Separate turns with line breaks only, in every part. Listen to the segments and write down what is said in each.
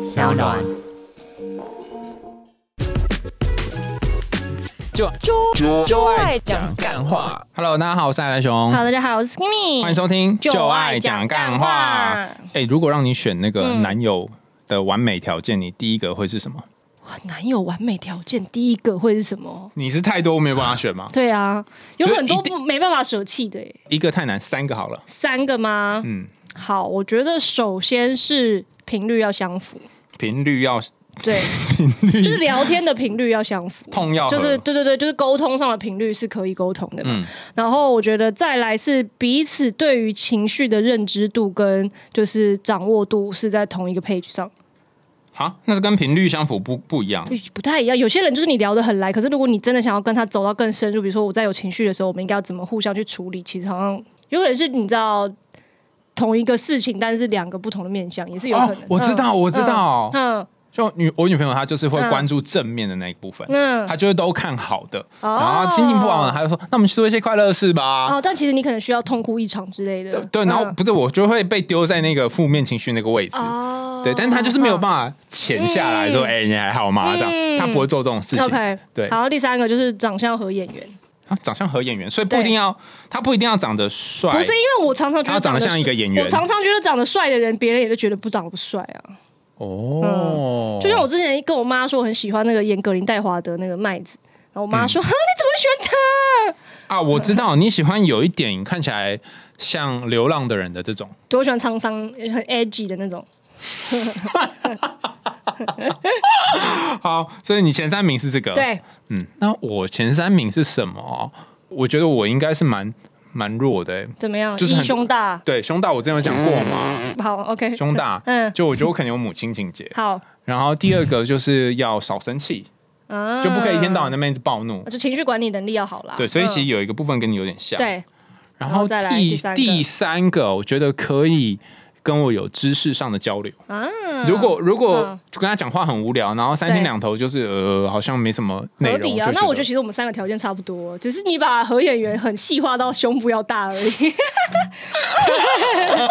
小暖。
就就就就爱讲干话。Hello，大家好，我是海南熊，
好，大家好，我是 Kimi，
欢迎收听
就爱讲干话嗯
哎、如果让你选那个男友的完美条件，你第一个会是什么？
哇男友完美条件第一个会是什么？
你是太多没有办法选吗？
对啊，
嗯
有
就是
很多
一定
不没办法舍弃的耶，
一个太难，三个好了。
三个吗？
嗯，
好，我觉得首先是频率要相符，
频率要
对，就是聊天的频率要相符，
痛要合
就是对对对，就是沟通上的频率是可以沟通的嘛。
嗯
然后我觉得再来是彼此对于情绪的认知度跟就是掌握度是在同一个 page 上，
好，那是跟频率相符不不一样。
不不太一样。有些人就是你聊得很来，可是如果你真的想要跟他走到更深入，比如说我在有情绪的时候，我们应该要怎么互相去处理？其实好像有可能是你知道同一个事情，但是两个不同的面向也是有可能。
哦我知道，我知道，
嗯，
就女我女朋友她就是会
嗯
关注正面的那一部分，
嗯
她就是都看好的，
哦
然后心情不好啊呢，她就说：“那我们去做一些快乐的事吧。
嗯，哦，但其实你可能需要痛哭一场之类的。
对，然后
嗯
不是我就会被丢在那个负面情绪那个位置，
哦
对，但是他就是没有办法潜下来说，
嗯
哎、你还好吗？这
嗯
样他不会做这种事情。
OK，
对
然后第三个就是长相和眼缘，
他长相和演员，所以不
对
一定要，他不一定要长得帅，
不是因为我常常觉
哎他
得
要长得
得
像一个
帅
演员
我常常觉得长得帅的人，别人也都觉得不长得不帅啊。
哦、
嗯就像我之前跟我妈说，我很喜欢那个严格林黛华的那个麦子，然后我
嗯
妈说：“哈、你怎么会喜欢他？
啊，我知道你喜欢有一点看起来像流浪的人的这种，
对我喜欢沧桑、很 edgy 的那种。
好，所以你前三名是这个，，
对，
嗯，那我前三名是什么？我觉得我应该是蛮蛮弱的、欸，
怎么样？
就是很
一胸大，
对，胸大我之前有讲过嘛，
好，OK，
胸大，
嗯
就我觉得我可能有母亲情节，
好，
然后第二个就是要少生气，
啊
就不可以一天到晚在那边一直暴怒。
就情绪管理能力要好啦。
对，所以其实
嗯、
有一个部分跟你有点像。，
对，
然
然后
后
再来第
第
三个
第三个，我觉得可以跟我有知识上的交流。
啊，
如果如果
嗯
就跟他讲话很无聊，然后三天
对
两头就是呃，好像没什么内
合
容
理，啊，那我觉
就
得其实我们三个条件差不多，只是你把合眼缘很细化到胸部要大而已。
得，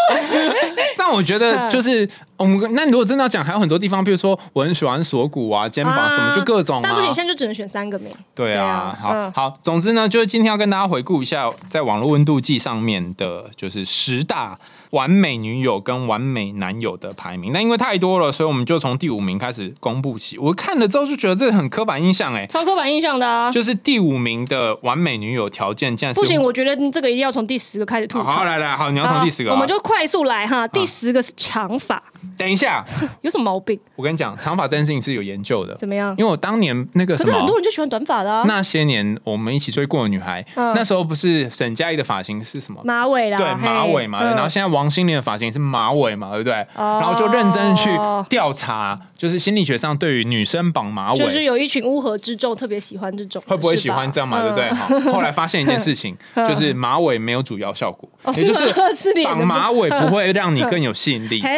但我觉
嗯
得就是我们那如果真的要讲，还有很多地方，比如说我很喜欢锁骨啊、肩膀什么，
啊
就各种
但
啊
不。行，现在就只能选三个没。
对啊，
对啊
好好，总之呢，就是今天要跟大家回顾一下，在网络温度计上面的，就是十大完美女友跟完美男友的排名。那因为太多了，所以我们就从第五名开始公布起。我看了之后就觉得这很刻板印象、欸，
超刻板印象的啊！
就是第五名的完美女友条件竟然是
不行，我觉得这个一定要从第十个开始吐
好
槽。
好来来，好，你要从第十个啊，嗯
我们就快速来哈。第十个是长发，
等一下。
有什么毛病？
我跟你讲，长发这件事情是有研究的，
怎么样？
因为我当年那个什
可是很
么
多。人就喜欢短发的啊，
那些年我们一起追过的女孩，
嗯
那时候不是沈佳宜的发型是什么
马尾啦，
对
嘿
马尾嘛，然后
嗯
现在王心凌的发型是马尾嘛，对不对？
哦
然后就认真地去调查，就是心理学上对于女生绑马尾、
就是有一群乌合之众特别喜欢这种的，
会不会喜
是吧
欢这样嘛，对不对？？
嗯
好，后来发现一件事 情，就是马尾没有主要效果，
哦，
也
是
就
吗
是
是你的
绑马尾不会让你更有吸引力，
嘿，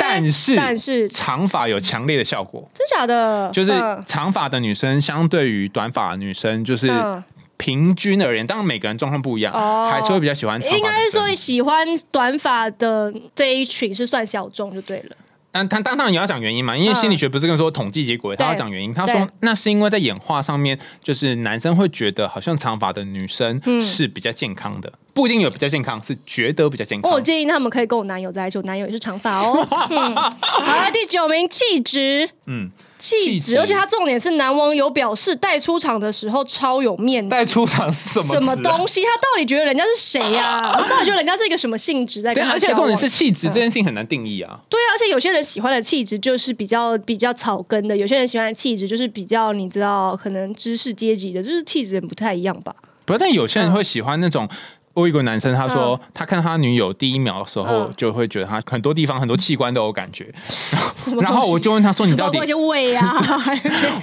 但是
但是
长发有强烈的效果。
真假的，
就是
嗯
长发的女生相对于短发的女生，就是
嗯
平均而言，当然每个人状况不一样，
哦
还是会比较喜欢长发。
应该是说，喜欢短发的这一群是算小众就对了。
但他当然也要讲原因嘛，因为
嗯
心理学不是跟说统计结果，他要讲原因。他说那是因为在演化上面，就是男生会觉得好像长发的女生
嗯
是比较健康的，不一定有比较健康，是觉得比较健康。
我建议他们可以跟我男友在一起，我男友也是长发 哦。嗯，好了，第九名气质，
嗯，
气
气质
质，而且他重点是男网友表示带出场的时候超有面子。
带出场是什么、啊
什么东？西？他到底觉得人家是谁呀、他到底觉得人家是一个什么性质在
对
跟
啊，
他
而且
交
重
往？嗯
点是气质这件事情很难定义啊。
对啊，而且有些人喜欢的气质就是比较比较草根的，有些人喜欢的气质就是比较你知道，可能知识阶级的，就是气质也不太一样吧。
不，但有些人
嗯
会喜欢那种。我有一个男生，他说他看他女友第一秒的时候
嗯，
就会觉得他很多地方很多器官都有感觉，
什么
然后
东西
我就问他说：“你到底
包括一些 胃啊，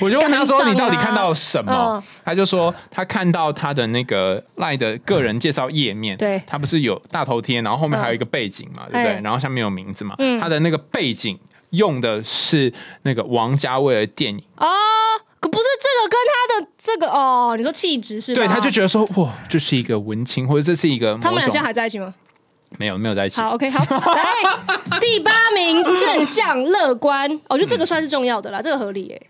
我就问他说：“
肝脏啊
你到底看到什么？”
嗯
他就说他看到他的那个赖的个人介绍页面，
对
他不是有大头贴，然后后面还有一个背景嘛，对不
哎
对？然后下面有名字嘛，
嗯
他的那个背景用的是那个王家卫的电影，
哦，可不是这个跟他的这个哦，你说气质是吧？
对，他就觉得说哇，这是一个文青，或者这是一个某
他们俩现在
种
还在一起吗？
没有没有在一起。
好，OK，好，来第八名，正向乐观，哦我觉得这个算是重要的啦，这个合理耶、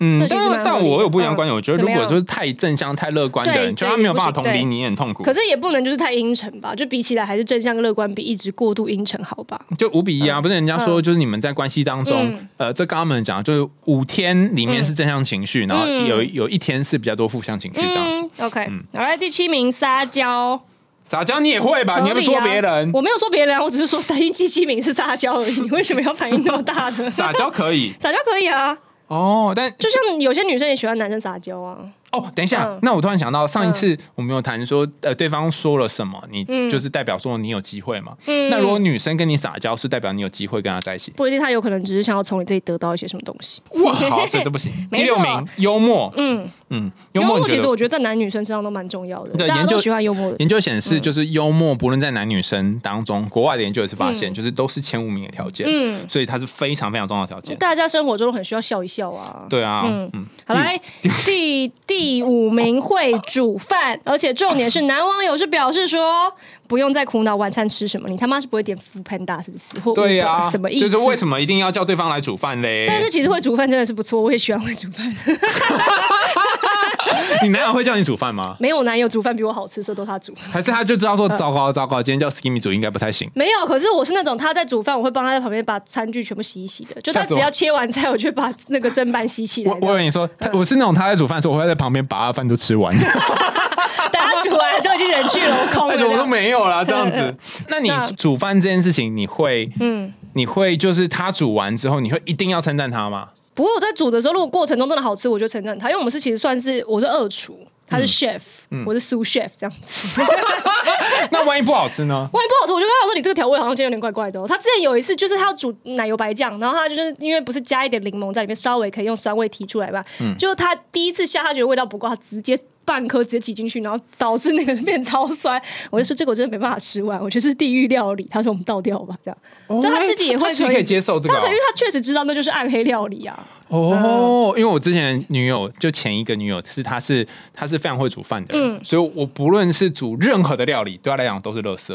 嗯
所，以其
但
实
是
蛮
但
合理
我
的
有不一样的观点，
嗯
我觉得
怎
如
么
果
样
就是太正向、太乐观的
对
人，就
对
他没有办法
不行
同理
对
你，也很痛苦。
可是也不能就是太阴沉吧，就比起来还是正向乐观比一直过度阴沉好吧？
就五比一啊，不是人家说就是你们在关系当中，
嗯
呃，这刚刚我们讲就是五天里面是正向情绪，然后
嗯
有有一天是比较多负向情绪这样子。
嗯，OK，然后第七名撒娇，
撒娇你也会吧？
合理
你又不说别人
啊，，我没有说别人啊，我只是说三一第七名是撒娇而已， 你为什么要反应那么大呢？
撒娇可以
撒娇可以啊，
哦，但
就像有些女生也喜欢男生撒娇啊，
哦，等一下，
嗯
那我突然想到上一次我们有谈说，呃，对方说了什么，你
嗯
就是代表说你有机会嘛。那如果女生跟你撒娇，是代表你有机会跟她在一起。
不一定她有可能只是想要从你这里得到一些什么东西。
哇，好，所以这 不行。
没
第六
错
名，幽默，
嗯，
嗯，
幽
幽默，你
其
觉
实
得？
我觉得在男女生身上都蛮重要的，
对
大家
研究
都喜欢幽默的。
研究显
嗯
示，就是幽默，不论在男女生当中，国外的研究也是发现，就是都是前五名的条件，
嗯，
所以它是非常非常重要的条件。
大家生活中很需要笑一笑啊。
对啊，
嗯
嗯，
好来，第第五名会煮饭，而且重点是男网友是表示说，不用再苦恼晚餐吃什么，你他妈是不会点 Food Panda 是不是？或
对呀、
Uber，什么意思？
就是为什么一定要叫对方来煮饭嘞？
但是其实会煮饭真的是不错，我也喜欢会煮饭。
你男友会叫你煮饭 吗？
没有男友煮饭比我好吃，所以都他煮。
还是他就知道说，
嗯
糟糕糟糕，今天叫 Skimmy 煮应该不太行。
没有，可是我是那种他在煮饭，我会帮他在旁边把餐具全部洗一洗的。就他
吓死
只
我
要切完菜，我就会把那个砧板洗起来
我。我跟你说，他我是那种他在煮饭的时候，我会在旁边把他的饭都吃 完，
等他煮完的时候已经人去楼 空了
但
这
是我都
样。
没有 啦，这样子。那你
那
煮饭这件事情，你会
嗯，
你会就是他煮完之后，你会一定要称赞他吗？
不过我在煮的时候，如果过程中真的好吃，我就承认他，因为我们是其实算是我是二厨，他
嗯
是 chef，、我是 sous chef 这样子。
那万一不好吃呢？
万一不好吃，我就跟他说：“你这个调味好像今天有点怪怪的、哦。”他之前有一次就是他要煮奶油白酱，然后他就是因为不是加一点柠檬在里面，稍微可以用酸味提出来吧。
嗯
就他第一次下，他觉得味道不够，他直接半颗直接挤进去，然后导致那个变超酸。我就说这个我真的没办法吃完，我觉得是地狱料理。他说我们倒掉吧，这样。对他自己也
哦
会
哎他其实可以接受这个
他
哦
可因为他确实知道那就是暗黑料理啊。
哦，因为我之前的女友就前一个女友是她是她是非常会煮饭的
嗯
人，所以我不论是煮任何的料理，对她来讲都是垃圾。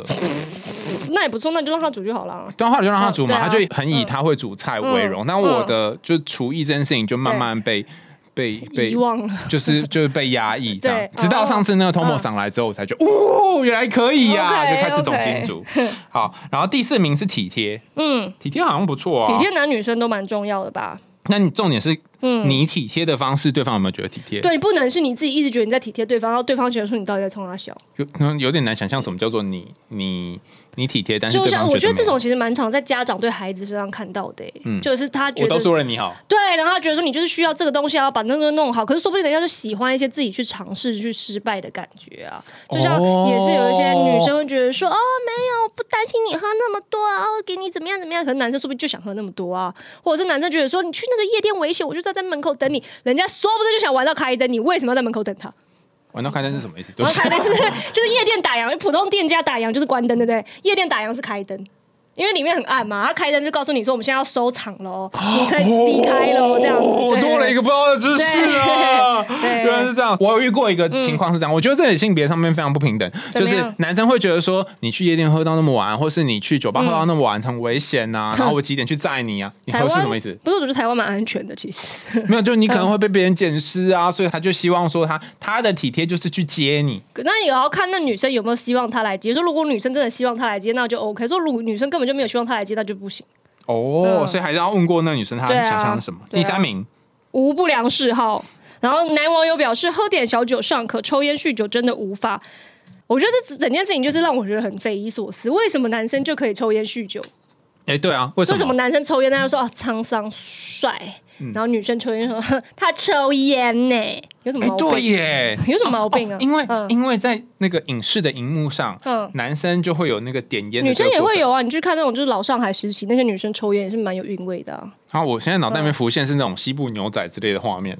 那也不错，那就让他煮就好了。
对啊，后来就让他煮嘛，
嗯对啊嗯
他就很以他会煮菜为荣。那、我的就厨艺这件事情就慢慢被被被
遗忘 了，
就是就是被压抑这样
对，嗯
直到上次那个 Tomo 上来之后，我才觉得哦，原来可以呀、
OK，
就开始重新煮。好，然后第四名是体贴，
嗯，
体贴好像不错
体
啊。
贴男女生都蛮重要的吧？
那你重点是，
嗯
你体贴的方式，对方有没有觉得体贴？
对，你不能是你自己一直觉得你在体贴对方，然后对方觉得说你到底在冲他笑。
有可能有点难想象什么叫做你你你体贴，但是
就
哎对
像
方
我觉得
没有
这种其实蛮常在家长对孩子身上看到的、欸就是他
嗯
觉
我
得
都说了你好，
对，然后他觉得说你就是需要这个东西，然后把那个弄好。可是说不定人家就喜欢一些自己去尝试、去失败的感觉啊。就像
哦
也是有一些女生会觉得说，哦，没有，不担心你喝那么多啊，我给你怎么样怎么样。可是男生说不定就想喝那么多啊，或者是男生觉得说你去那个夜店危险，我就在在门口等你。人家说不定就想玩到开灯，你为什么要在门口等他？
玩到开灯是什么意思？对
然
不
后
起
开灯就是 就是夜店打烊，因为普通店家打烊就是关灯，对不对？夜店打烊是开灯。因为里面很暗嘛，他开灯就告诉你说我们现在要收场喽，你可以离开喽，这样子。
哦
对
多了一个不知道的知识啊！
对
原来是这样。我有遇过一个情况是这样，我觉得这里性别上面非常不平等，
嗯怎
就
么样
是男生会觉得说，你去夜店喝到那么晚，或是你去酒吧喝到那么晚很危险 呐，然后我几点去载你啊？你
嗯台
喝
湾
是什么意思？？
不是，我觉得台湾蛮安全的，其实。
没有，就你可能会被别人捡尸
嗯
啊，所以他就希望说他他的体贴就是去接你。
那也要看那女生有没有希望他来接。说如果女生真的希望他来接，那就 OK；说如果女生根本就没有希望他来接，那就不行。
哦，
嗯
所以还是要问过那女生她
对啊
想象是什么。
对啊
第三名，
无不良嗜好。然后男网友表示，喝点小酒尚可，抽烟酗酒真的无法。我觉得这整件事情就是让我觉得很匪夷所思，为什么男生就可以抽烟酗酒？
哎，对啊，为什
为什么
么？
男生抽烟，大家说啊沧桑帅，
嗯
然后女生抽烟说 呵他抽烟呢、有什么
哎
毛，
对
病？
耶。
有什么毛病啊？
因为、
嗯
因为在那个影视的荧幕上，
嗯
男生就会有那个点烟的
女
这
生
个
也
部分
会有啊，你去看那种就是老上海时期那些女生抽烟也是蛮有韵味的、 啊。嗯
然后我现在脑袋里面浮现是那种西部牛仔之类的画面，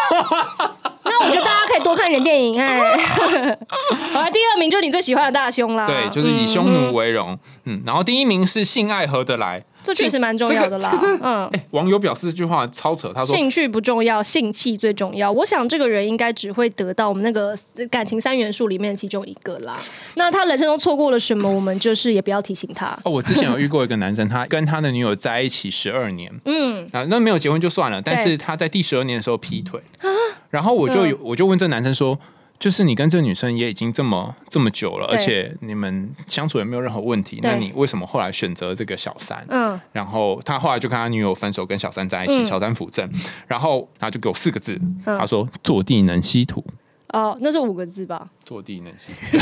那我觉得大家可以多看一点电 影哎。好啊，第二名就是你最喜欢的大胸啦，
对，就是以匈奴为荣。嗯然后第一名是性爱合得来，
这确实蛮重要的啦
这个这个。
嗯，
哎、网友表示这句话超扯，他说
兴趣不重要，性气最重要。我想这个人应该只会得到我们那个感情三元素里面其中一个啦。那他人生中错过了什么，我们就是也不要提醒他。
哦，我之前有遇过一个男生，他跟他的女友在一起十二年，嗯，啊，那没有结婚就算了，但是他在第十二年的时候劈腿，
啊
然后我
嗯
就有、我就问这男生说，就是你跟这女生也已经这么这么久了，
对
而且你们相处也没有任何问题，
对
那你为什么后来选择这个小三？
嗯，
然后他后来就跟他女友分手，跟小三在一起，
嗯
小三辅政，然后他就给我四个字，他说坐地能吸土，
哦，那是五个字吧？
坐地能吸土，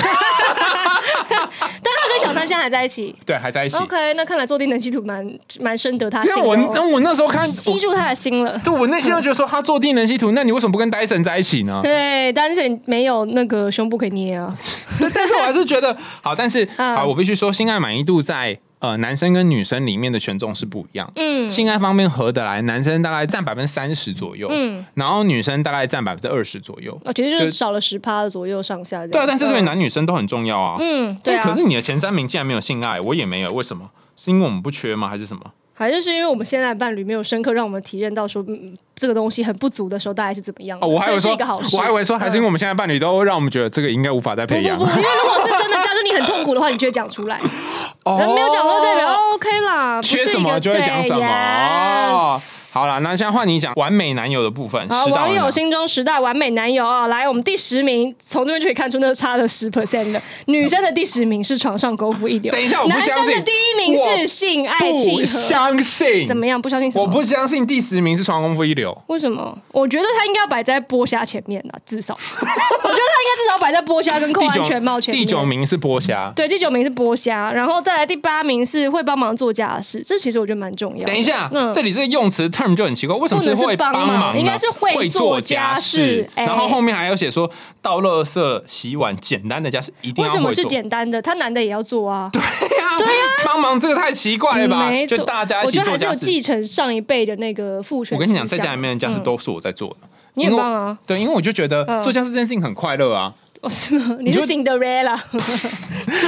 但他跟小三现在还在一起。
对，还在一起。
OK，那看来坐地能吸土蛮蛮深得他
因
心
为
的哦、
我那我那时候看，我
吸住他的心了。
对我内心就觉得说，他做地能吸图，那你为什么不跟戴森在一起 呢？
对，但是没有那个胸部可以捏啊。
但但是我还是觉得好，但是
嗯
好，我必须说，性爱满意度在呃男生跟女生里面的权重是不一样。
嗯，
性爱方面合得来，男生大概占百分之三十左右，
嗯
然后女生大概占百分之二十左右。
哦，其实就
就是
少了十趴左右上下这样。
对啊，但是对男女生都很重要啊。
嗯，对
但
啊
可，是你的前三名竟然没有性爱，我也没有，为什么？是因为我们不缺吗？还是什么？
还是是因为我们现在的伴侣没有深刻让我们体验到说、嗯、这个东西很不足的时候大概是怎么样的
哦，我还以为说
所以是一个好，事，
我还以为说，还是因为我们现在伴侣都让我们觉得这个应该无法再
不
培养
不。不，因为如果是真的这样，就你很痛苦的话，你就会讲出来。
哦
人没有讲到代表哦 OK 啦，不是
缺
一个
什么就会讲什么。
对
哦
yes
好了，那现在换你讲完美男友的部分，
好，
十大
网
完美
友心中十大完美男友啊、来，我们第十名，从这边就可以看出那个差了十 percent 的女生的第十名是床上功夫一流，
等一下我不
男生
相信
的第一名是性爱契
不
合，
相信，
怎么样？不相信什么？
我不相信第十名是床功夫一流。
为什么？我觉得他应该要摆在剥虾前面啊，至少，我 觉得他应该至少摆在剥虾跟扣
第
安
九
全嗯帽前面。
第九名是剥虾。
对，第九名是剥虾，然后再来第八名是会帮忙做家事，这其实我觉得蛮重要的。
等一下，
嗯
这里这个用词 term 就很奇怪，为什么
不能是
会帮
帮忙
忙呢？
应该是会
会
做家
家
事哎
然后后面还有写说倒垃圾、洗碗，简单的家事一定
为
要
什
会
么
做。
是简单的？他男的也要做啊。
对呀、对呀、帮忙这个太奇怪了吧？
嗯没错，
就大家一
我
起
觉得
做
还是有
家事。
继承上一辈的那个父权。
我跟你讲，在家里面的
嗯
家事都是我在做的。
你
因
很
为
棒啊！
对，因为我就觉得做家事这件事情很快乐啊。
哦是吗？你是
你就
Cinderella，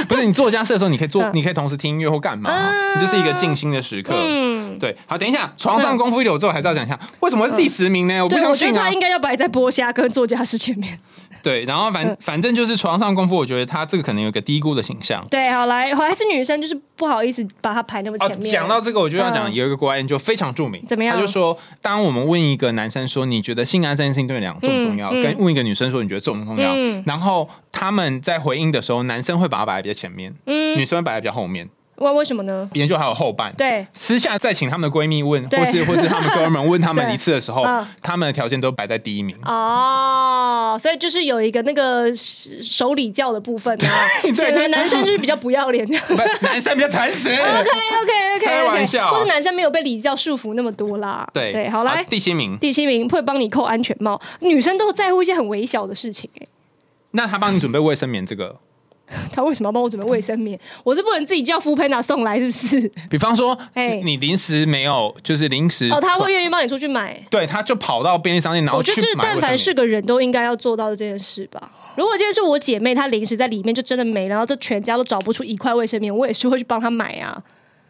不是你做家事的时候，你可以做
嗯，
你可以同时听音乐或干嘛啊，
啊
你就是一个静心的时刻。
嗯，
对，好，等一下，床上功夫一流之后，还是要讲一下为什么是第十名呢？我不
对，
相
我觉得
信啊
他。应该要摆在剥虾跟做家事前面。
对，然后
嗯
反反正就是床上功夫，我觉得他这个可能有一个低估的形象。
对，好来，还是女生就是不好意思把它排那么
哦
前，面。
讲到这个，我就要讲
嗯
有一个国外研究非常著名，
怎么样
他就说，当我们问一个男生说你觉得性爱这件事情对你俩重不重要，
嗯嗯
跟问一个女生说你觉得重不重要
嗯，
然后他们在回应的时候，男生会把它摆在比较前面，女
嗯，
生会摆在比较后面。
为为什么呢？
研究还有后半，
对，
私下再请他们的闺蜜问，
对
或是或是他们哥 们问他们
对
一次的时候
嗯，
他们的条件都摆在第一名。
哦，所以就是有一个那个手手礼教的部分啊，
对
显
对
得男生就是比较不要脸。 哎
不，男生比较诚实。
OK OK OK，
开玩笑
或者男生没有被礼教束缚那么多啦。
对
对，好来，
第七名，
第七名会帮你扣安全帽，女生都在乎一些很微小的事情、欸。
那他帮你准备卫生棉这个，
她为什么要帮我准备卫生棉？我是不能自己叫 f o o Panda 送来，是 不是？
比方说，
哎
你临时没有，就是临时
哦，她会愿意帮你出去买。
对，他就跑到便利商店，然后
我
去
觉得这
买卫
但
生
凡
棉。
是个人都应该要做到的这件事吧。如果今天是我姐妹，她临时在里面就真的没，然后这全家都找不出一块卫生棉，我也是会去帮她买啊。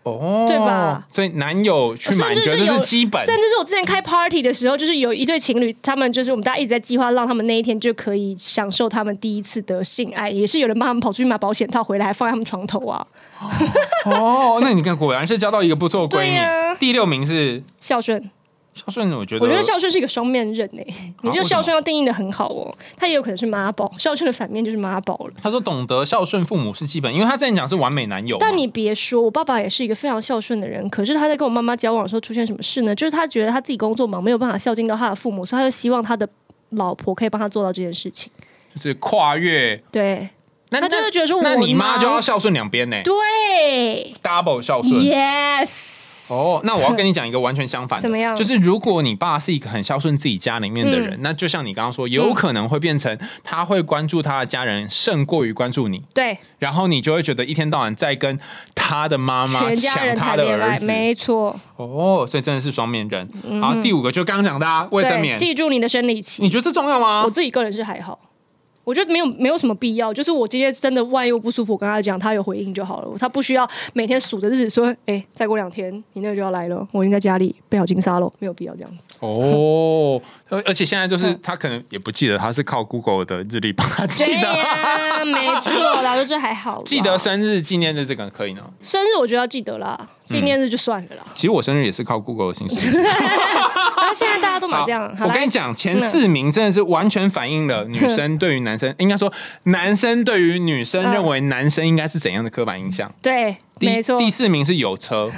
哦，
对吧？
所以男友去买，
甚
你
至
觉得这
有
是基本。
甚至是我之前开 party 的时候，就是有一对情侣，他们就是我们大家一直在计划，让他们那一天就可以享受他们第一次的性爱，也是有人帮他们跑出去买保险套回来，还放在他们床头啊。
哦，那你看，果然是交到一个不错的闺
对呀
蜜。第六名是
孝顺，
孝顺，我觉得啊
我觉得孝顺是一个双面刃诶、你这
为
个
什
孝
么
顺要定义的很好哦，他也有可能是妈宝，孝顺的反面就是妈宝了。
他说懂得孝顺父母是基本，因为他之前讲是完美男友嘛。
但你别说，我爸爸也是一个非常孝顺的人。可是他在跟我妈妈交往的时候出现什么事呢？就是他觉得他自己工作忙，没有办法孝敬到他的父母，所以他就希望他的老婆可以帮他做到这件事情。
就是跨越，
对，
那
他就
那
会觉得说我
那你妈
忙
就要孝顺两边呢
对
，double 孝顺。
，yes。
哦，那我要跟你讲一个完全相反的，
怎么样嗯
就是如果你爸是一个很孝顺自己家里面的人，那就像你刚刚说，有可能会变成他会关注他的家人胜过于关注你，
对，
然后你就会觉得一天到晚在跟他的妈妈
全家
抢
人
他
谈
的
恋
儿
爱，
子。
没错。
哦，所以真的是双面人。好，第五个就刚刚讲的啊卫生
对，
棉，
记住你的生理期。
你觉得这重要吗
我？自己个人是还好，我觉得没有没有什么必要。就是我今天真的万一我不舒服，我跟他讲，他有回应就好了。他不需要每天数着日子说，哎、再过两天你那个就要来了，我已经在家里被小金杀了，没有必要这样子。
哦，而而且现在就是
嗯
他可能也不记得，他是靠 Google 的日历帮他记
对
的。
呀、没错啦，我就觉得还好啦。
记得生日纪念日这个可以呢。
生日，我觉得要记得啦，纪
嗯
念日就算了啦。
其实我生日也是靠 Google 的形式。
啊，现在大家都嘛
好
这样，好
我
啦
跟你讲，前四名真的是完全反映了女生对于男生，应该说男生对于女生
嗯
认为男生应该是怎样的刻板印象。
对，
第
没错。
第四名是有 车，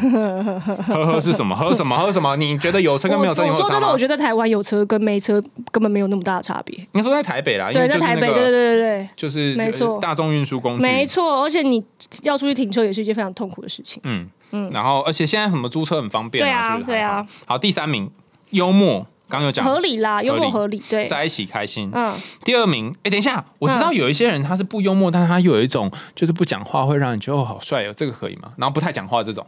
呵呵是什么？呵什么？呵什么？你觉得有车跟没有车
我
有
我说
差
真的，
吗
我？觉得台湾有车跟没车根本没有那么大的差别。
应该说在台北啦，因
对，
为就
在
是
台
那
北，对对
个
对对对。
就是呃
没错
大众运输工具，
没错，而且你要出去停车也是一件非常痛苦的事情。
嗯嗯，然后而且现在什么租车很方便
对啊
就是还好
对啊。
好，第三名幽默，刚有讲
合理啦，幽默合
合
理，对，
在一起开心。
嗯，
第二名，哎，等一下，我知道有一些人他是不幽默，但是他又有一种就是不讲话会让你觉得哦好帅哦，这个可以吗？然后不太讲话这种，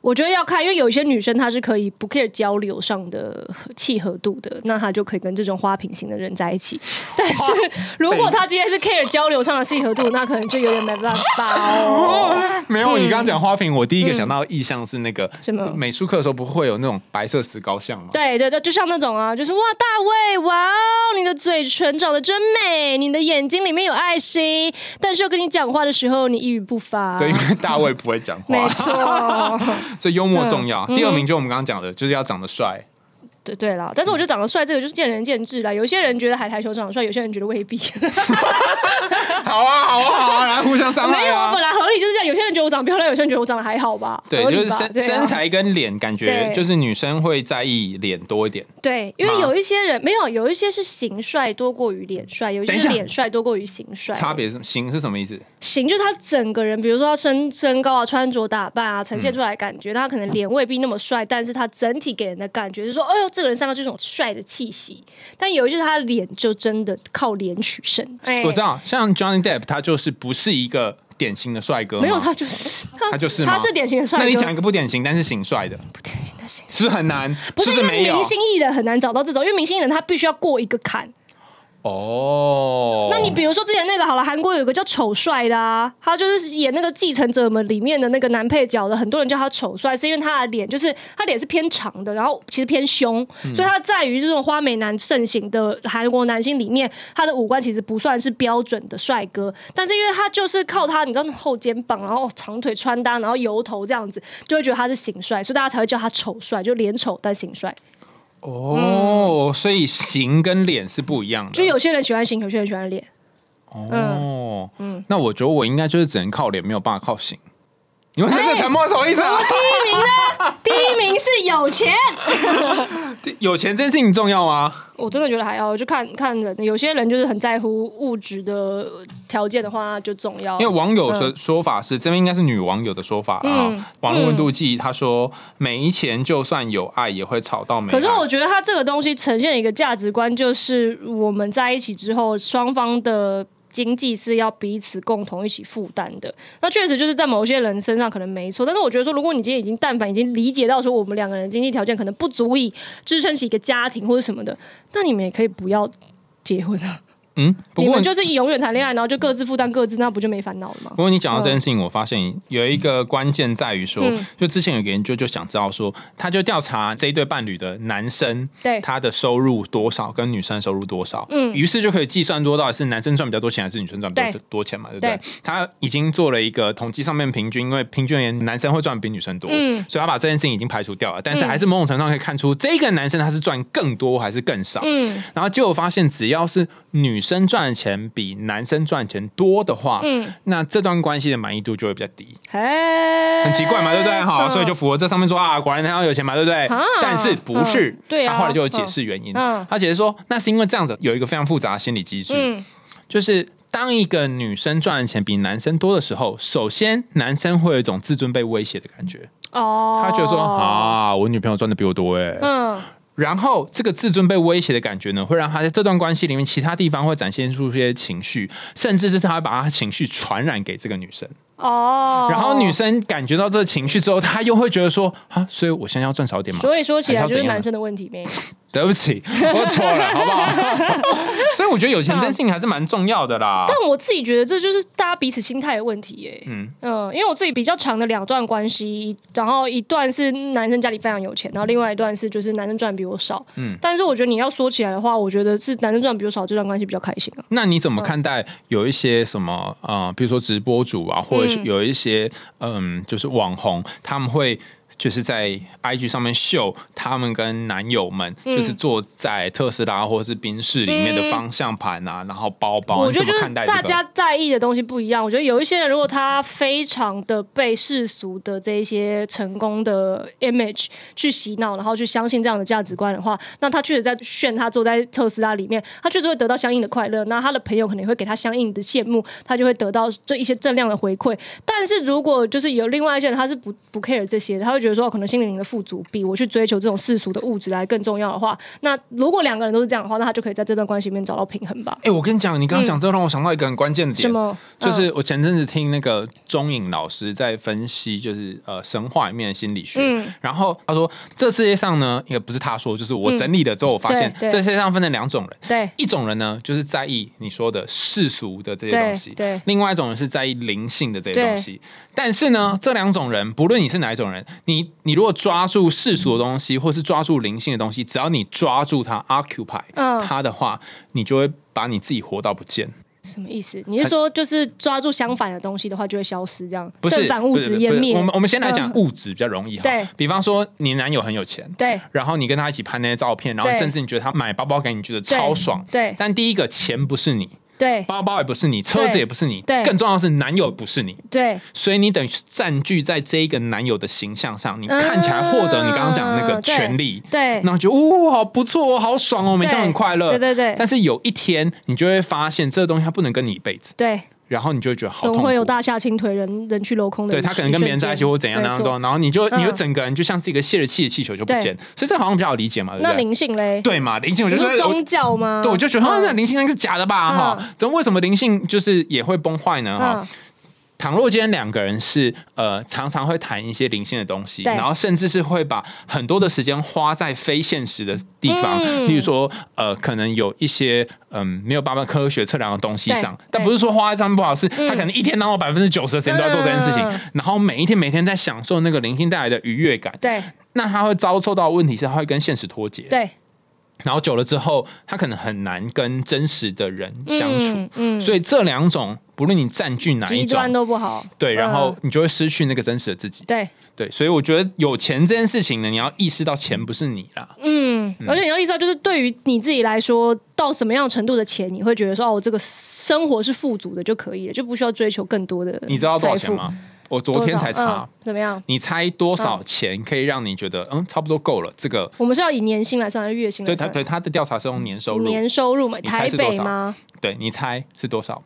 我觉得要看，因为有一些女生她是可以不 care 交流上的契合度的，那她就可以跟这种花瓶型的人在一 起。但是如果她今天是 care 交流上的契合度，那可能就有点没办法 哦。
没有。你刚刚讲花瓶，我第一个想到的意象是那个
嗯什么
美术课的时候不会有那种白色石膏像吗？
对对对，就像那种啊，就是哇，大卫，哇哦，你的嘴唇长得真美，你的眼睛里面有爱心，但是又跟你讲话的时候，你一语不发。
对，因为大卫不会讲
啊 没
话，
错。
所以幽默重要。
嗯
第二名就我们刚刚讲的，就是要长得 帅。
对对啦，但是
嗯
我觉得长得帅这个就是见仁见智啦。有一些人觉得海苔球长得帅，有些人觉得未必。
好啊，好啊，好啊，来互相伤害啊。
没有，本来合理就是这样。有些人觉得我长得漂亮，有些人觉得我长得还好吧。
对，
合理
就是
吧
身
对啊
身材跟脸，感觉
对
就是女生会在意脸多一点。
对，因为
吗
有一些人没有，有一些是型帅多过于脸帅，有一
等
些
一
是
下
脸帅多过于型帅。
差别是什么型是什么意思？
型就是他整个人，比如说他身身高啊、穿着打扮啊，
嗯
呈现出来的感觉，那他可能脸未必那么帅，但是他整体给人的感觉是说，哎呦，这个人散发出一种帅的气息。但有一些他的脸就真的靠脸取胜。哎
我知道，像 Johnny Depp，他就是不是一个典型的帅哥，
哎没有，，他就是
他就是吗
他是典型的帅哥。
那你讲一个不典型但是型帅的，
不典型的型，
是不是很难？
不是
是
因
没
为
有
明星艺人很难找到这种，因为明星艺人他必须要过一个坎。
哦。
那你比如说之前那个好了，韩国有一个叫丑帅的啊，他就是演那个《继承者们》里面的那个男配角的，很多人叫他丑帅，是因为他的脸就是他脸是偏长的，然后其实偏凶，所以他在于这种花美男盛行的韩国男星里面，他的五官其实不算是标准的帅哥，但是因为他就是靠他你知道那后肩膀，然后长腿穿搭，然后油头这样子，就会觉得他是型帅，所以大家才会叫他丑帅，就脸丑但型帅。
哦，所以型跟脸是不一样的，
就有些人喜欢型，有些人喜欢脸。
哦。嗯，那我觉得我应该就是只能靠脸，没有办法靠型。
哎
你们这是沉默什么意思 啊？
第一名呢？第一名是有钱。
有钱这件事情重要吗？
我真的觉得还好，就看看人。有些人就是很在乎物质的条件的话，就重要。
因为网友的说法是，这边应该是女网友的说法
嗯
啊。网络温度计他说，没钱就算有爱也会吵到没爱。
可是我觉得他这个东西呈现一个价值观，就是我们在一起之后，双方的经济是要彼此共同一起负担的。那确实就是在某些人身上可能没错，但是我觉得说，如果你今天已经但凡已经理解到说我们两个人的经济条件可能不足以支撑起一个家庭或者什么的，那你们也可以不要结婚啊。
嗯，不
你
过
们就是永远谈恋爱，然后就各自负担各自，那不就没烦恼了吗？
不过你讲到这件事情，我发现有一个关键在于说，
嗯
就之前有个研究就想知道说，他就调查这一对伴侣的男生，
对
他的收入多少跟女生的收入多少，嗯，于是就可以计算多到底是男生赚比较多钱还是女生赚比较
对
多钱嘛，对不对？
对
他已经做了一个统计上面平均，因为平均而言男生会赚比女生多，
嗯
所以他把这件事情已经排除掉了，但是还是某种程度上可以看出这个男生他是赚更多还是更少，
嗯，
然后结果发现，只要是女生赚的钱比男生赚的钱多的话，
嗯
那这段关系的满意度就会比较低，
哎，
很奇怪嘛，对不对？哈、
嗯
所以就符合这上面说啊，果然他要有钱嘛，对不对？
啊
但是不是？
嗯对啊
他后来就有解释原因，
嗯嗯
他解释说，那是因为这样子有一个非常复杂的心理机制，
嗯
就是当一个女生赚的钱比男生多的时候，首先男生会有一种自尊被威胁的感觉，
哦，
他觉得说，啊，我女朋友赚的比我多哎、
嗯，
然后这个自尊被威胁的感觉呢，会让他在这段关系里面其他地方会展现出一些情绪，甚至是他会把他情绪传染给这个女生。
哦，
然后女，生感觉到这个情绪之后，她又会觉得说啊，所以我现在要赚少一点嘛。
所以说起来
还
就
要
是
怎
是
样
男生的问题呗。
对不 起，我错了，好不好？所以我觉得有钱这件事情还是蛮重要的啦。
但我自己觉得这就是大家彼此心态的问题耶、
嗯
嗯因为我自己比较长的两段关系，然后一段是男生家里非常有钱，然后另外一段是就是男生赚比我少。
嗯
嗯，但是我觉得你要说起来的话，我觉得是男生赚比我少这段关系比较开心啊。
那你怎么看待有一些什么呃，比如说直播主
嗯
啊，或者是有一些嗯，就是网红，他们会就是在 IG 上面秀他们跟男友们，
嗯
就是坐在特斯拉或是宾士里面的方向盘啊，然后包包，
我
你
觉
怎
得
么
就是
看待这
大
个？
家在意的东西不一样。我觉得有一些人，如果他非常的被世俗的这一些成功的 image 去洗脑，然后去相信这样的价值观的话，那他确实在炫他坐在特斯拉里面，他确实会得到相应的快乐。那他的朋友可能也会给他相应的羡慕，他就会得到这一些正量的回馈。但是如果就是有另外一些人，他是不不 care 这些的，他会觉得说，哦可能心灵的富足比我去追求这种世俗的物质来更重要的话，那如果两个人都是这样的话，那他就可以在这段关系里面找到平衡吧。
哎、我跟你讲，你刚刚讲这个让我想到一个很关键的
嗯什
点，
么？嗯
就是我前阵子听那个钟颖老师在分析，就是呃神话里面的心理学，
嗯
然后他说这世界上呢，也不是他说，就是我整理了之后，我发现、
对对
这世界上分成两种人，
对，
一种人呢就是在意你说的世俗的这些东西，
对对
另外一种人是在意灵性的这些东西。但是呢，这两种人，不论你是哪一种人，你你如果抓住世俗的东西，或是抓住灵性的东西，只要你抓住它，occupy
嗯
它的话，你就会把你自己活到不见。
什么意思？你是说就是抓住相反的东西的话，就会消失这样？
不是
正反物
不是不
质
是
湮灭。
我们我们先来讲
嗯
物质比较容易哈。
对
比方说你男友很有钱，
对
然后你跟他一起拍那些照片，然后
对
甚至你觉得他买包包给你，觉得
对
超爽。
对
但第一个钱不是你，
对
包包也不是你，车子也不是你，
对
更重要的是男友也不是你，
对，
所以你等于占据在这一个男友的形象上，你看起来获得你刚刚讲的那个
嗯对
权利，
对
然后就哦，好不错哦，好爽哦，每天
对
很快乐，
对对对
但是有一天你就会发现这个东西它不能跟你一辈子，
对，
然后你就会觉得好痛
总会有
苦。
大厦倾颓，人人去楼空的
对
一瞬间。
他可能跟别人在一起或怎样
没
那样
错
都，然后你就你就
嗯
整个人就像是一个泄了气的气球就不
对
见，所以这好像比较好理解嘛，对
那
不对？
灵性嘞？
对嘛，林性我
你
就说
说
我
宗教吗？
对，我就觉得啊，
嗯
那灵性那个是假的吧？哈、
嗯
怎么为什么灵性就是也会崩坏呢？哈、
嗯
倘若今天两个人是呃，常常会谈一些灵性的东西，
对
然后甚至是会把很多的时间花在非现实的地方，
嗯
例如说呃，可能有一些嗯、没有办法科学测量的东西上
对，
但
对
不是说花在上面不好，是他可能一天当中百分之九十的时间都在做这件事情，
嗯
然后每一天每天在享受那个灵性带来的愉悦感，
对
那他会遭受到的问题是他会跟现实脱节，
对
然后久了之后，他可能很难跟真实的人相处。
嗯嗯，
所以这两种，不论你占据哪一
极端
种，
都不好。
对，然后
嗯
你就会失去那个真实的自己。
对，
对，所以我觉得有钱这件事情呢，你要意识到钱不是你啦。
嗯，而且你要意识到，就是对于你自己来说，到什么样程度的钱，你会觉得说，哦，我这个生活是富足的就可以了，就不需要追求更多的。
你知道多少钱？吗？我昨天才
多少
查，
嗯怎么样？
你猜多少钱可以让你觉得嗯差不多够了？这个
我们是要以年薪来算，还是月薪
对
来
他
算？嗯
对他的调查是用年收入，
年收入嘛，
你猜
台
是多少
北吗？
对你猜是多少？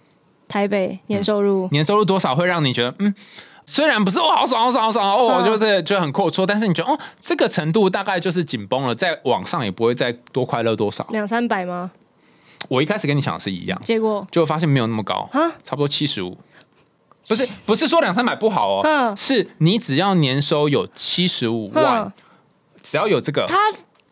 台北年收入，
年收入多少会让你觉得嗯？虽然不是哦，好爽，好爽，好爽哦，
嗯
就是就很阔绰，但是你觉得哦，这个程度大概就是紧绷了，再往上也不会再多快乐多少。
两三百吗？
我一开始跟你想的是一样，
结果，
结果发现没有那么高
啊，
差不多七十五。不是不是说两三百不好哦，
嗯
是你只要年收有七十五万
嗯，，
只要有这个，
他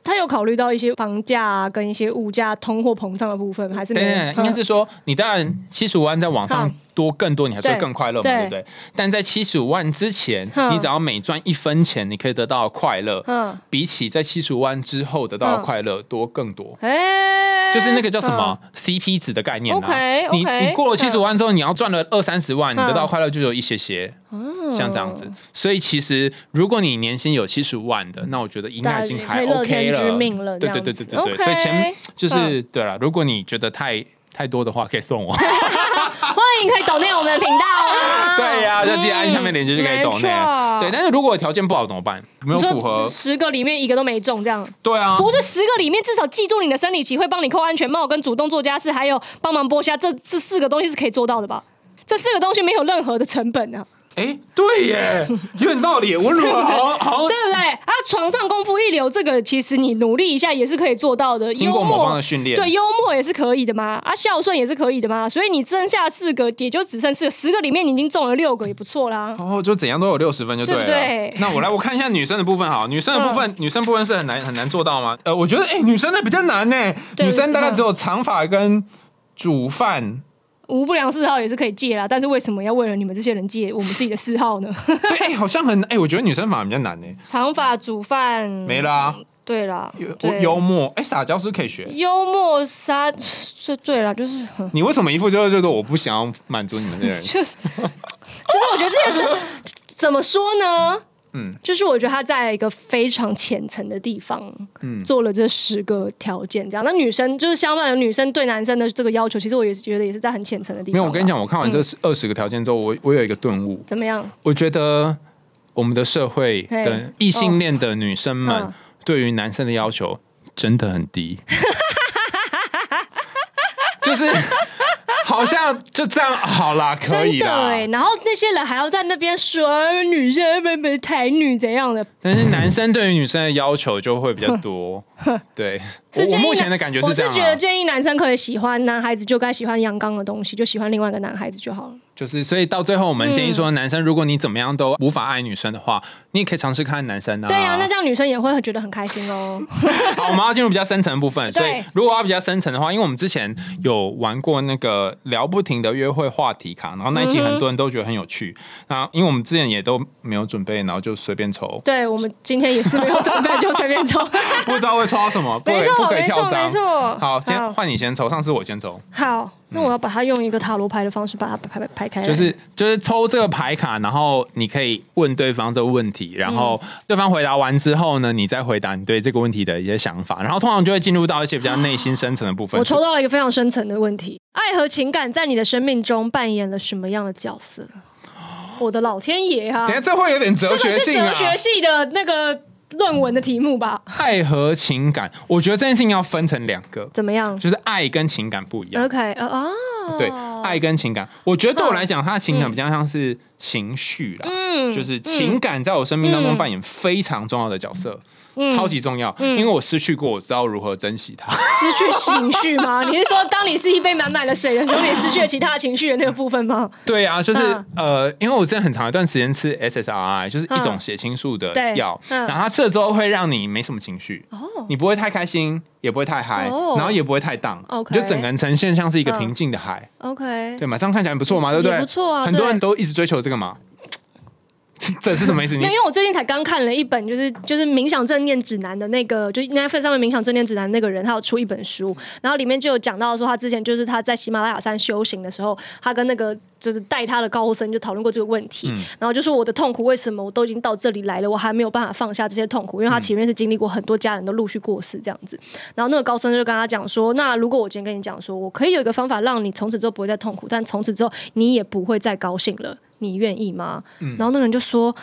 他有考虑到一些房价啊、跟一些物价、通货膨胀的部分，还是
等
没嗯有
等，哎等应该是说你当然七十五万在往上
嗯
多更多，你还是会
对
更快乐嘛，
对
对不对？但在七十五万之前，
嗯
你只要每赚一分钱，你可以得到的快乐，
嗯，
比起在七十五万之后得到的快乐多更多。
哎，
就是那个叫什么、CP 值的概念、啊、
OK，OK，
你你过了
嗯
七十万之后，你要赚了二三十万，你
嗯
得到快乐就有一些些，
嗯，
像这样子。所以其实如果你年薪有七十万的，那我觉得应该已经还
大家也可以乐
OK
天
了。
知命了
对
这
对
样
对
子
对对对，
OK，
所以前就是
嗯
对了，如果你觉得太太多的话，可以送我。
欢迎可以抖内我们的频道啊，
对呀、就记得按下面链接就可以懂
没
呢。
啊。
对，但是如果条件不好怎么办？没有
你说
符合，
十个里面一个都没中，这样
对啊，
不是十个里面至少记住你的生理期，会帮你扣安全帽，跟主动做家事，还有帮忙剥虾，这这四个东西是可以做到的吧？这四个东西没有任何的成本啊，
哎，对耶，有点道理。我如果好好
对不对？啊，床上功夫一流，这个其实你努力一下也是可以做到的。
经
幽
过某方
默
的训练，
对，幽默也是可以的嘛，啊，孝顺也是可以的嘛。所以你剩下四个，也就只剩四个，十个里面你已经中了六个，也不错啦。
哦，就怎样都有六十分就对了。
对不对嗯
那我来我看一下女生的部分好，女生的部分，女生部分是很难很难做到吗？呃，我觉得哎、女生的比较难呢、
对
女生大概只有长发跟煮 饭。
无不良嗜好也是可以戒啦，但是为什么要为了你们这些人戒我们自己的嗜 好呢？
对，哎、好像很哎、我觉得女生反而比较难呢、
长发煮饭
没啦、
对啦，
有我
对
幽默，哎、撒娇是不是可以学。
幽默杀，这对啦，就是 哼
你为什么一副就是就是我不想要满足你们这 些人？
就是就是，我觉得这件事怎么说呢？嗯，就是我觉得他在一个非常浅层的地方，嗯，做了这十个条件，这样。那女生就是相反的，女生对男生的这个要求，其实我也是觉得也是在很浅层的地方。
没有，我跟你，讲，我看完这
嗯
二十个条件之后，我我有一个顿悟，
怎么样？
我觉得我们的社会
嘿
的异性恋的女生
哦
们
嗯
对于男生的要求真的很低， 就是好像就这样好啦，可
真
以
的
啦。
哎，然后那些人还要在那边说呃女生们们台女怎样的，
但是男生对于女生的要求就会比较 多，对
是
我我
建议
目
男
前的感觉
我
这
是
样、
觉得
啊，
建议男生可以喜欢男孩子就该喜欢阳刚的东西，就喜欢另外一个男孩子就好了。
就是所以到最后我们建议
嗯
说，男生如果你怎么样都无法爱女生的话，你也可以尝试看看男生啊。
对啊，那这样女生也会觉得很开心 哦。
好，我们要进入比较深层的部分。所以
对，，
如果要比较深层的话，因为我们之前有玩过那个聊不停的约会话题卡，然后那一期很多人都觉得很有趣。那、因为我们之前也都没有准备，然后就随便抽
对我们今天也是没有准备，就随便抽。
不知道会抽到什么， 不
没
可以不
错，
可以
没
跳
错，
章
没。错。
好，今天
好
换你先抽，上次我先抽，
好，那我要把它用一个塔罗牌的方式把它排排排开来。
就是就是抽这个牌卡，然后你可以问对方这个问题，然
嗯
后对方回答完之后呢，你再回答你对这个问题的一些想法，然后通常就会进入到一些比较内心深层的部分。
我抽到了一个非常深层的问题：爱和情感在你的生命中扮演了什么样的角色？我的老天爷啊！
等一下这会有点哲
这个
学
是
性啊，
哲学系的那个论文的题目吧？
爱和情感，我觉得这件事情要分成两个，
怎么样
就是爱跟情感不一样。
？OK 啊啊，
对，爱跟情感，我觉得对我来讲，它的情感比较像是情绪啦，嗯，就是情感在我生命当中扮演非常重要的角色，
嗯
超级重要，因为我失去过，我知道如何珍惜它。
失去情绪吗？你是说当你是一杯满满的水的时候，你失去了其他情绪的那个部分吗？
对啊，就是、
嗯
呃，因为我之前很长一段时间吃 SSRI，就是一种
嗯
血清素的
对
药，
嗯
然后它吃了之后会让你没什么情绪，你不会太开心，也不会太嗨、
哦
然后也不会太荡
OK
就整个人呈现像是一个
嗯
平静的海。
OK，
对嘛，这样看起来很不错嘛，
也
对不对？
不错啊
很多
对
人都一直追求这个嘛。 这是什么意思？你
没有，因为我最近才刚看了一本，就是就是冥想正念指南的那个，就是 Netflix 上面冥想正念指南那个人，他有出一本书，然后里面就有讲到说，他之前就是他在喜马拉雅山修行的时候，他跟那个就是带他的高僧就讨论过这个问题，然后就说我的痛苦为什么我都已经到这里来了，我还没有办法放下这些痛苦，因为他前面是经历过很多家人都陆续过世这样子，然后那个高僧就跟他讲说，那如果我今天跟你讲说，我可以有一个方法让你从此之后不会再痛苦，但从此之后你也不会再高兴了。你愿意吗？然后那个人就说：“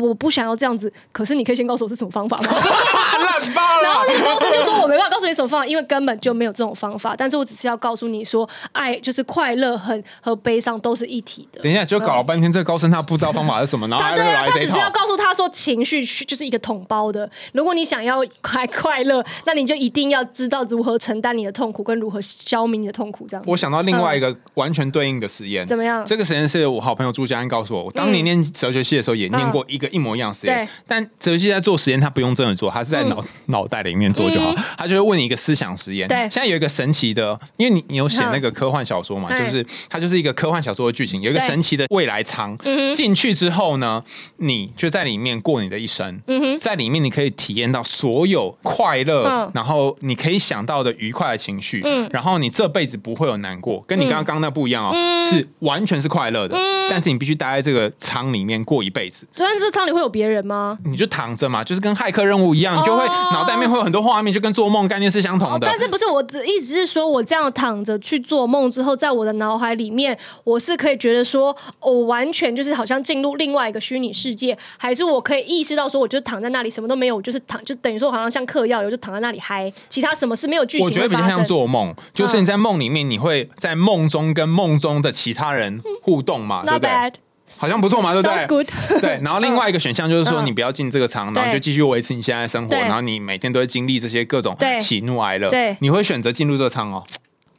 我不想要这样子，可是你可以先告诉我是什么方法吗？
啊烂爆
然后
了！
那个高僧就说我没办法告诉你什么方法，因为根本就没有这种方法，但是我只是要告诉你说，爱就是快乐和和悲伤都是一体 的。
等一下，就搞了半天，这个高僧他不知道方法是什么，然后
他
还
对
会
啊，
来
他
这一
只是要
套。
告诉他说，情绪去就是一个统包的。如果你想要快快乐，那你就一定要知道如何承担你的痛苦，跟如何消弭你的痛苦。这样子嗯
我想到另外一个完全对应的实验，
怎么样嗯
这个实验是我好朋友朱家安告诉我，我当年念哲学系的时候也念过一个一模一样的实验
对，嗯
但哲学系在做实验，他不用真的做，他是在脑脑袋里面做就好。他就会问你一个思想实验。
对
现在有一个神奇的，因为你你有写那个科幻小说嘛，
嗯
就是它就是一个科幻小说的剧情，有一个
对嗯
神奇的未来舱，进去之后呢，你就在里面过你的一生，在里面你可以体验到所有快乐
嗯，
然后你可以想到的愉快的情绪，然后你这辈子不会有难过，跟你
嗯
刚刚刚那不一样哦，是完全是快乐的，但是你必须待在这个舱里面过一辈子。
昨天这舱里会有别人吗？
你就躺着嘛，就是跟骇客任务一样，你就会
哦
脑袋里面会有很多画面，就跟做梦概念念是相同的，
但是不是我的意思是说，我这样躺着去做梦之后，在我的脑海里面，我是可以觉得说，我、完全就是好像进入另外一个虚拟世界，还是我可以意识到说，我就躺在那里什么都没有，我就是躺，就等于说好像像嗑药，我就躺在那里嗨，其他什么事没有剧
我
情
觉得
会
比
发
较像
生。嗯
做梦，就是你在梦里面，你会在梦中跟梦中的其他人互动嘛，对不
Not
对？
bad,
好像不错嘛，对不
sounds
对？
good
对，然后另外一个选项就是说，
嗯
你不要进这个仓，然后
对
就继续维持你现在的生活，
对
然后你每天都会经历这些各种
对
喜怒哀乐。
对
你会选择进入这个仓哦？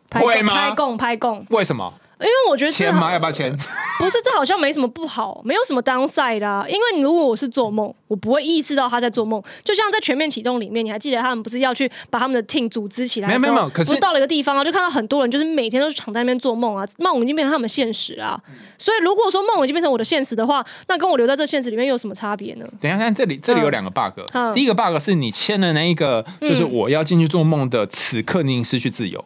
拍供。
会吗
拍供拍供，
为什么？
因为我觉得这
签
好
吗？要不要签？
不是这好像没什么不好，没有什么 downside 啊。因为如果我是做梦，我不会意识到他在做梦。就像在全面启动里面，你还记得他们不是要去把他们的 team 组织起来
没有
的时候？
没有没有可是
不到了一个地方啊，就看到很多人就是每天都躺在那边做梦啊，梦已经变成他们现实啊。
嗯
所以如果说梦已经变成我的现实的话，那跟我留在这现实里面又有什么差别呢？
等一下，看这里，这里有两个 bug
嗯。
第一个 bug 是你签了那一个，就是我要进去做梦的此刻，你已经失去自由。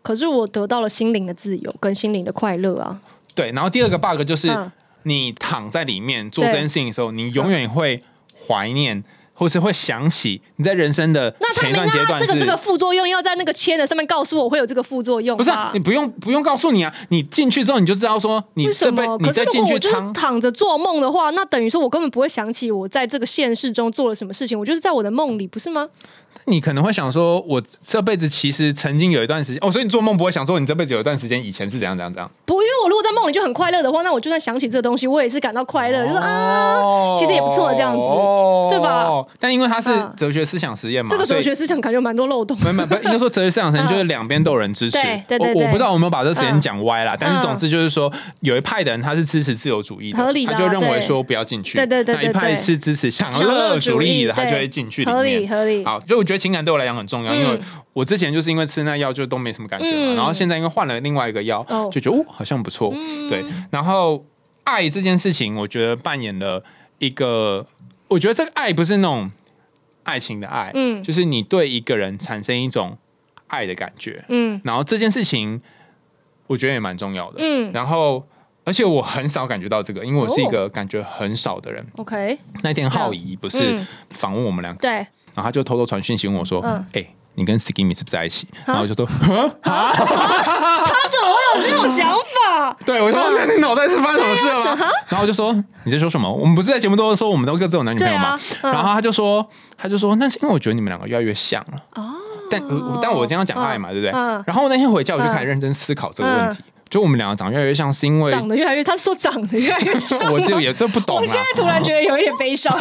可是我得到了心灵的自由跟心灵的快乐啊。
对，然后第二个 bug 就是
嗯
你躺在里面做这件事情的时候，你永远会怀念，或是会想起你在人生的
那他
前一
没
段阶
那
段
他这
是
个这个副作用要在那个签的上面告诉我会有这个副作用吧，
不是啊、你不用不用告诉你啊，你进去之后你就知道说你
为
这
什
辈
么？
你
可是
再
如
进
果
去
我就是
仓。
躺着做梦的话，那等于说我根本不会想起我在这个现实中做了什么事情，我就是在我的梦里，不是吗？
你可能会想说，我这辈子其实曾经有一段时间哦，所以你做梦不会想说，你这辈子有一段时间以前是怎样怎样怎样。
不，因为我如果在梦里就很快乐的话，那我就算想起这个东西，我也是感到快乐，就是啊，
哦
其实也不错这样子对吧？
但因为它是
嗯
哲学思想实验嘛，
这个
所
哲
以
学思想感觉有蛮多漏洞。
没没不，应该说哲学市场神
嗯
就是两边都有人支持。
对对对
我
对啊
我不知道有没有把这时间讲歪啦，但是总之就是说，有一派的人他是支持自由主义的，
合理
他
啦
就认为说不要进去。
对对对对
那一派
对
是支持 享乐主义的，他
享乐主义
就会
对
进去里
合理
面。
合理，
好，就我觉得情感对我来讲很重要，因为
嗯
我之前就是因为吃那药就都没什么感觉嘛，
嗯
然后现在因为换了另外一个药，
哦嗯
就觉得哦好像不错，对。然后爱这件事情，我觉得扮演了一个，我觉得这个爱不是那种爱情的爱，
嗯
就是你对一个人产生一种爱的感觉，
嗯
然后这件事情我觉得也蛮重要的。
嗯
然后，而且我很少感觉到这个，因为我是一个感觉很少的人。
，OK，
那天浩怡不是
啊嗯
访问我们两个，
对，
然后他就偷偷传讯息问我说：“哎、
嗯啊
你跟 Skimmy 是不是在一起？”然后我就说？
他怎么会有这种想法：“
对，我说那你脑袋是发生什么 事了
对啊
吗
怎么？”
然后我就说：“你在说什么？我们不是在节目都说我们都各自有男女朋友吗？”
对啊嗯
然后他就说：“他就说那是因为我觉得你们两个越来越像了。”但呃但我今天要讲爱嘛，对不对
哦嗯？
然后那天回家我就开始认真思考这个问题，就我们两个长得越来越像，是因为
长得越来越，他说长得越来越像
我这
吗
也这不懂
我
啊
现。在突然觉得有一点悲伤。
哦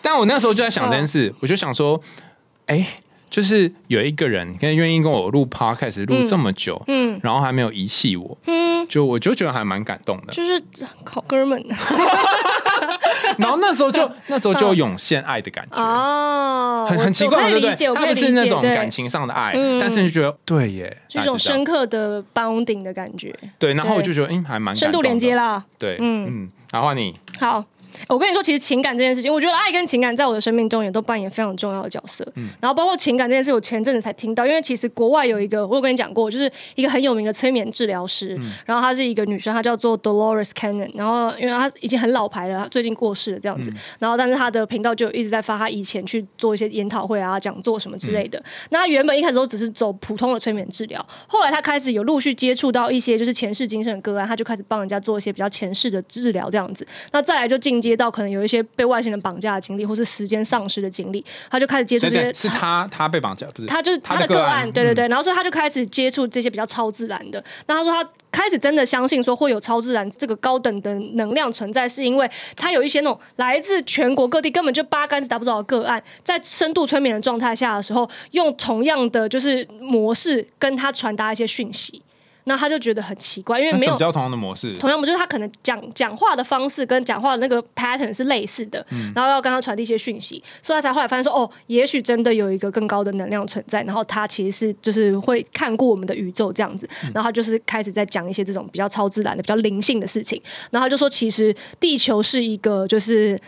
但我那时候就在想这件
嗯
事，我就想说，哎，就是有一个人可以愿意跟我录 podcast 录这么久，
嗯
然后还没有遗弃我，
嗯，
就我就觉得还蛮感动的。
就是好 哥们
然后那时候 就那时候就涌现爱的感觉。
啊，
很
我
很奇
我
怪，
可以
对不
理解，
对？
我
他
可以
不
理解，
是那种
对
感情上的爱，
嗯
但是就觉得对耶，
是一种
大概
深
是
刻的 bounding 的感觉，
这样对，然后我
对
就觉得嗯，还蛮感
深度
动的
连接，啦。
对，嗯
嗯
嗯，然后你
好，我跟你说，其实情感这件事情，我觉得爱跟情感在我的生命中也都扮演非常重要的角色。然后包括情感这件事，我前阵子才听到，因为其实国外有一个，我有跟你讲过，就是一个很有名的催眠治疗师，然后她是一个女生，她叫做 Dolores Cannon，然后因为她已经很老牌了，她最近过世了这样子，然后但是她的频道就一直在发她以前去做一些研讨会啊、讲座什么之类的。那她原本一开始都只是走普通的催眠治疗，后来她开始有陆续接触到一些就是前世今生的个案，她就开始帮人家做一些比较前世的治疗这样子。那再来就进阶到可能有一些被外星人绑架的经历，或是时间丧失的经历，她就开始接触
对
这些
对，是他他被绑架，不是
他就是
他
他的
个嗯
个案，对对对，然后所以他就开始接触这些比较超自然的。那他说他开始真的相信说会有超自然这个高等的能量存在，是因为他有一些那种来自全国各地根本就八竿子打不着的个案，在深度催眠的状态下的时候，用同样的就是模式跟他传达一些讯息，那他就觉得很奇怪，因为
那
没
什
有
么叫同样的模式？
同样，我们就是他可能讲讲话的方式跟讲话的那个 pattern 是类似的，然后要跟他传递一些讯息，所以他才后来发现说，哦，也许真的有一个更高的能量存在，然后他其实是就是会看顾我们的宇宙这样子，然后他就是开始在讲一些这种比较超自然的、比较灵性的事情，然后他就说，其实地球是一个就是。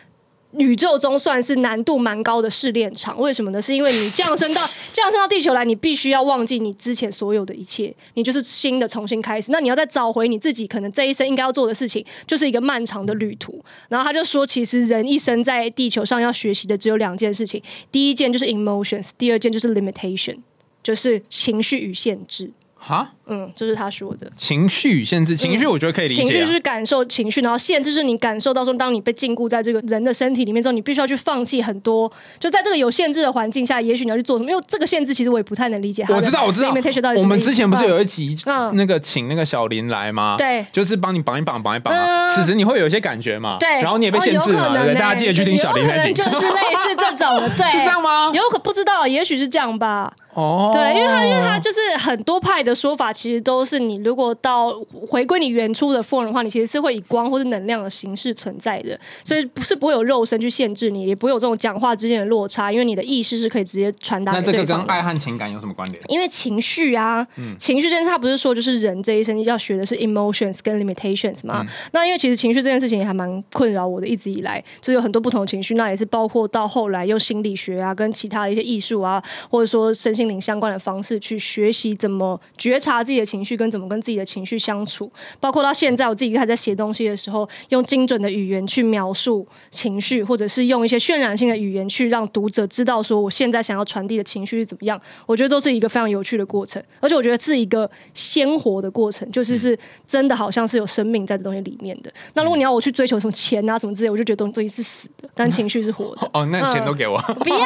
宇宙中算是难度蛮高的试炼场。为什么呢？是因为你降生到 降生到地球来，你必须要忘记你之前所有的一切，你就是新的重新开始。那你要再找回你自己，可能这一生应该要做的事情，就是一个漫长的旅途。然后他就说，其实人一生在地球上要学习的只有两件事情，第一件就是 emotions，第二件就是 limitation，就是情绪与限制。
哈，
嗯，这、是他说的。
情绪与限制，情绪我觉得可以理解、啊
嗯情绪就是感受情绪，然后限制是你感受到说，当你被禁锢在这个人的身体里面之后，你必须要去放弃很多。就在这个有限制的环境下，也许你要去做什么？因为这个限制其实我也不太能理解它的
我知道，我知道
limitation 到底。是什么意思
我们之前不是有一集
嗯
那个请那个小林来吗？
对
就是帮你绑一绑，绑一绑啊。
嗯
此时你会有一些感觉嘛？
对，
然后你也被限制
哦有
嘛，
可
对
能
不对？
欸
大家记得去听小林那集
有可。能就是类似这种的，对，
是这样吗
有可不知道，也许是这样吧。
哦，
对，因为他因为他就是很多派的说法，其实都是你如果到回归你原初的 form 的话，你其实是会以光或者能量的形式存在的，所以不是不会有肉身去限制你，也不会有这种讲话之间的落差，因为你的意识是可以直接传达
那
给
这个
对
跟
方的。
爱和情感有什么关联？
因为情绪啊，情绪这件事，他不是说就是人这一生要学的是 emotions 跟 limitations 嘛？那因为其实情绪这件事情也还蛮困扰我的，一直以来就是有很多不同的情绪，那也是包括到后来用心理学啊，跟其他的一些艺术啊，或者说身心灵相关的方式去学习怎么觉察自己的情绪，跟怎么跟自己的情绪相处。包括到现在我自己还在写东西的时候，用精准的语言去描述情绪，或者是用一些渲染性的语言去让读者知道说我现在想要传递的情绪是怎么样。我觉得都是一个非常有趣的过程，而且我觉得是一个鲜活的过程，就是是真的好像是有生命在这东西里面的。那如果你要我去追求什么钱啊什么之类，我就觉得东西是死的，但情绪是活的。
哦，那钱都给我，
不要。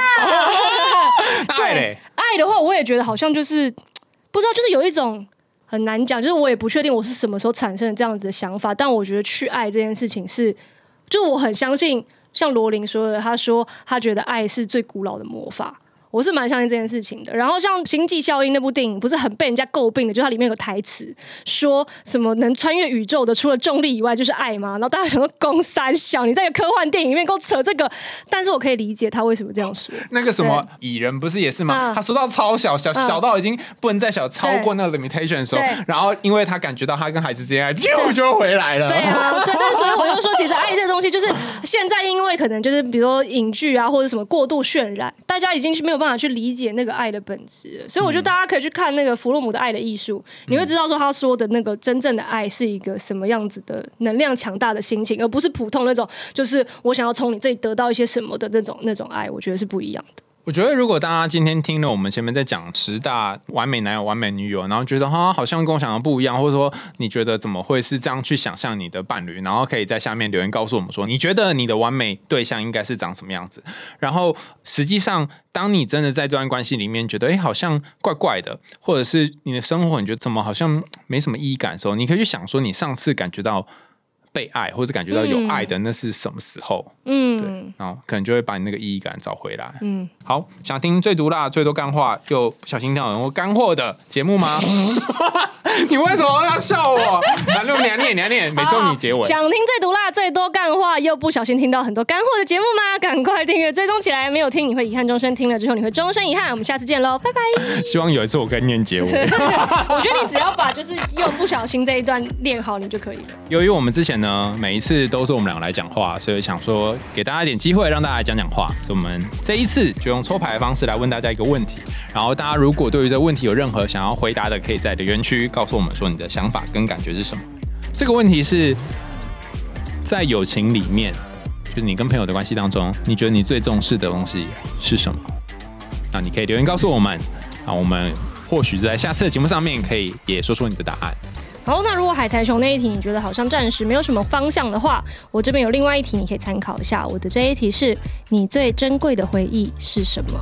那 爱嘞，
爱的话，我也觉得好像就是不知道，就是有一种很难讲，就是我也不确定我是什么时候产生了这样子的想法，但我觉得去爱这件事情是，就我很相信，像罗琳说的，他说他觉得爱是最古老的魔法。我是蛮相信这件事情的。然后像《星际效应》那部电影，不是很被人家诟病的，就它里面有个台词说什么能穿越宇宙的，除了重力以外就是爱吗？然后大家想说公三 小，你在一个科幻电影里面给我扯这个，但是我可以理解他为什么这样说。
那个什么蚁人不是也是吗？
嗯
他说到超小，小
嗯
小到已经不能再小，超过那个 limitation 的时候
对，
然后因为他感觉到他跟孩子之间的爱，就就回来了。
对啊，对，但是所以我就说，其实爱这个东西，就是现在因为可能就是比如说影剧啊，或者什么过度渲染，大家已经是没有办法去理解那个爱的本质了。所以我觉得大家可以去看那个弗洛姆的《爱的艺术》，你会知道说他说的那个真正的爱是一个什么样子的能量强大的心情，而不是普通那种就是我想要从你这里得到一些什么的那种那种爱，我觉得是不一样的。
我觉得如果大家今天听了我们前面在讲十大完美男友、完美女友，然后觉得哈好像跟我想的不一样，或者说你觉得怎么会是这样去想象你的伴侣，然后可以在下面留言告诉我们说，你觉得你的完美对象应该是长什么样子。然后实际上，当你真的在这段关系里面觉得哎好像怪怪的，或者是你的生活你觉得怎么好像没什么意义感的时候，你可以去想说你上次感觉到。被爱，或者感觉到有爱的，那是什么时候？
嗯，
然后可能就会把你那个意义感找回来。
嗯，
好，想听最毒辣、最多干话又不小心跳人或干货的节 目吗？你为什么要笑我？来录娘念娘念，每周你结尾。
想听最毒辣、最多干话，又不小心听到很多干货的节目吗？赶快订阅追踪起来，没有听你会遗憾终身，听了之后你会终身遗憾。我们下次见喽，拜拜。
希望有一次我可以念结尾。
我觉得你只要把就是又不小心这一段练好，你就可以了。
由于我们之前呢，每一次都是我们两个来讲话，所以想说给大家一点机会，让大家来讲讲话。所以我们这一次就用抽牌的方式来问大家一个问题。然后大家如果对于这个问题有任何想要回答的，可以在留言区告诉我们说你的想法跟感觉是什么。这个问题是在友情里面，就是你跟朋友的关系当中，你觉得你最重视的东西是什么？那你可以留言告诉我们，啊，我们或许在下次的节目上面可以也说出你的答案。
好，那如果海苔熊那一题你觉得好像暂时没有什么方向的话，我这边有另外一题你可以参考一下。我的这一题是：你最珍贵的回忆是什么？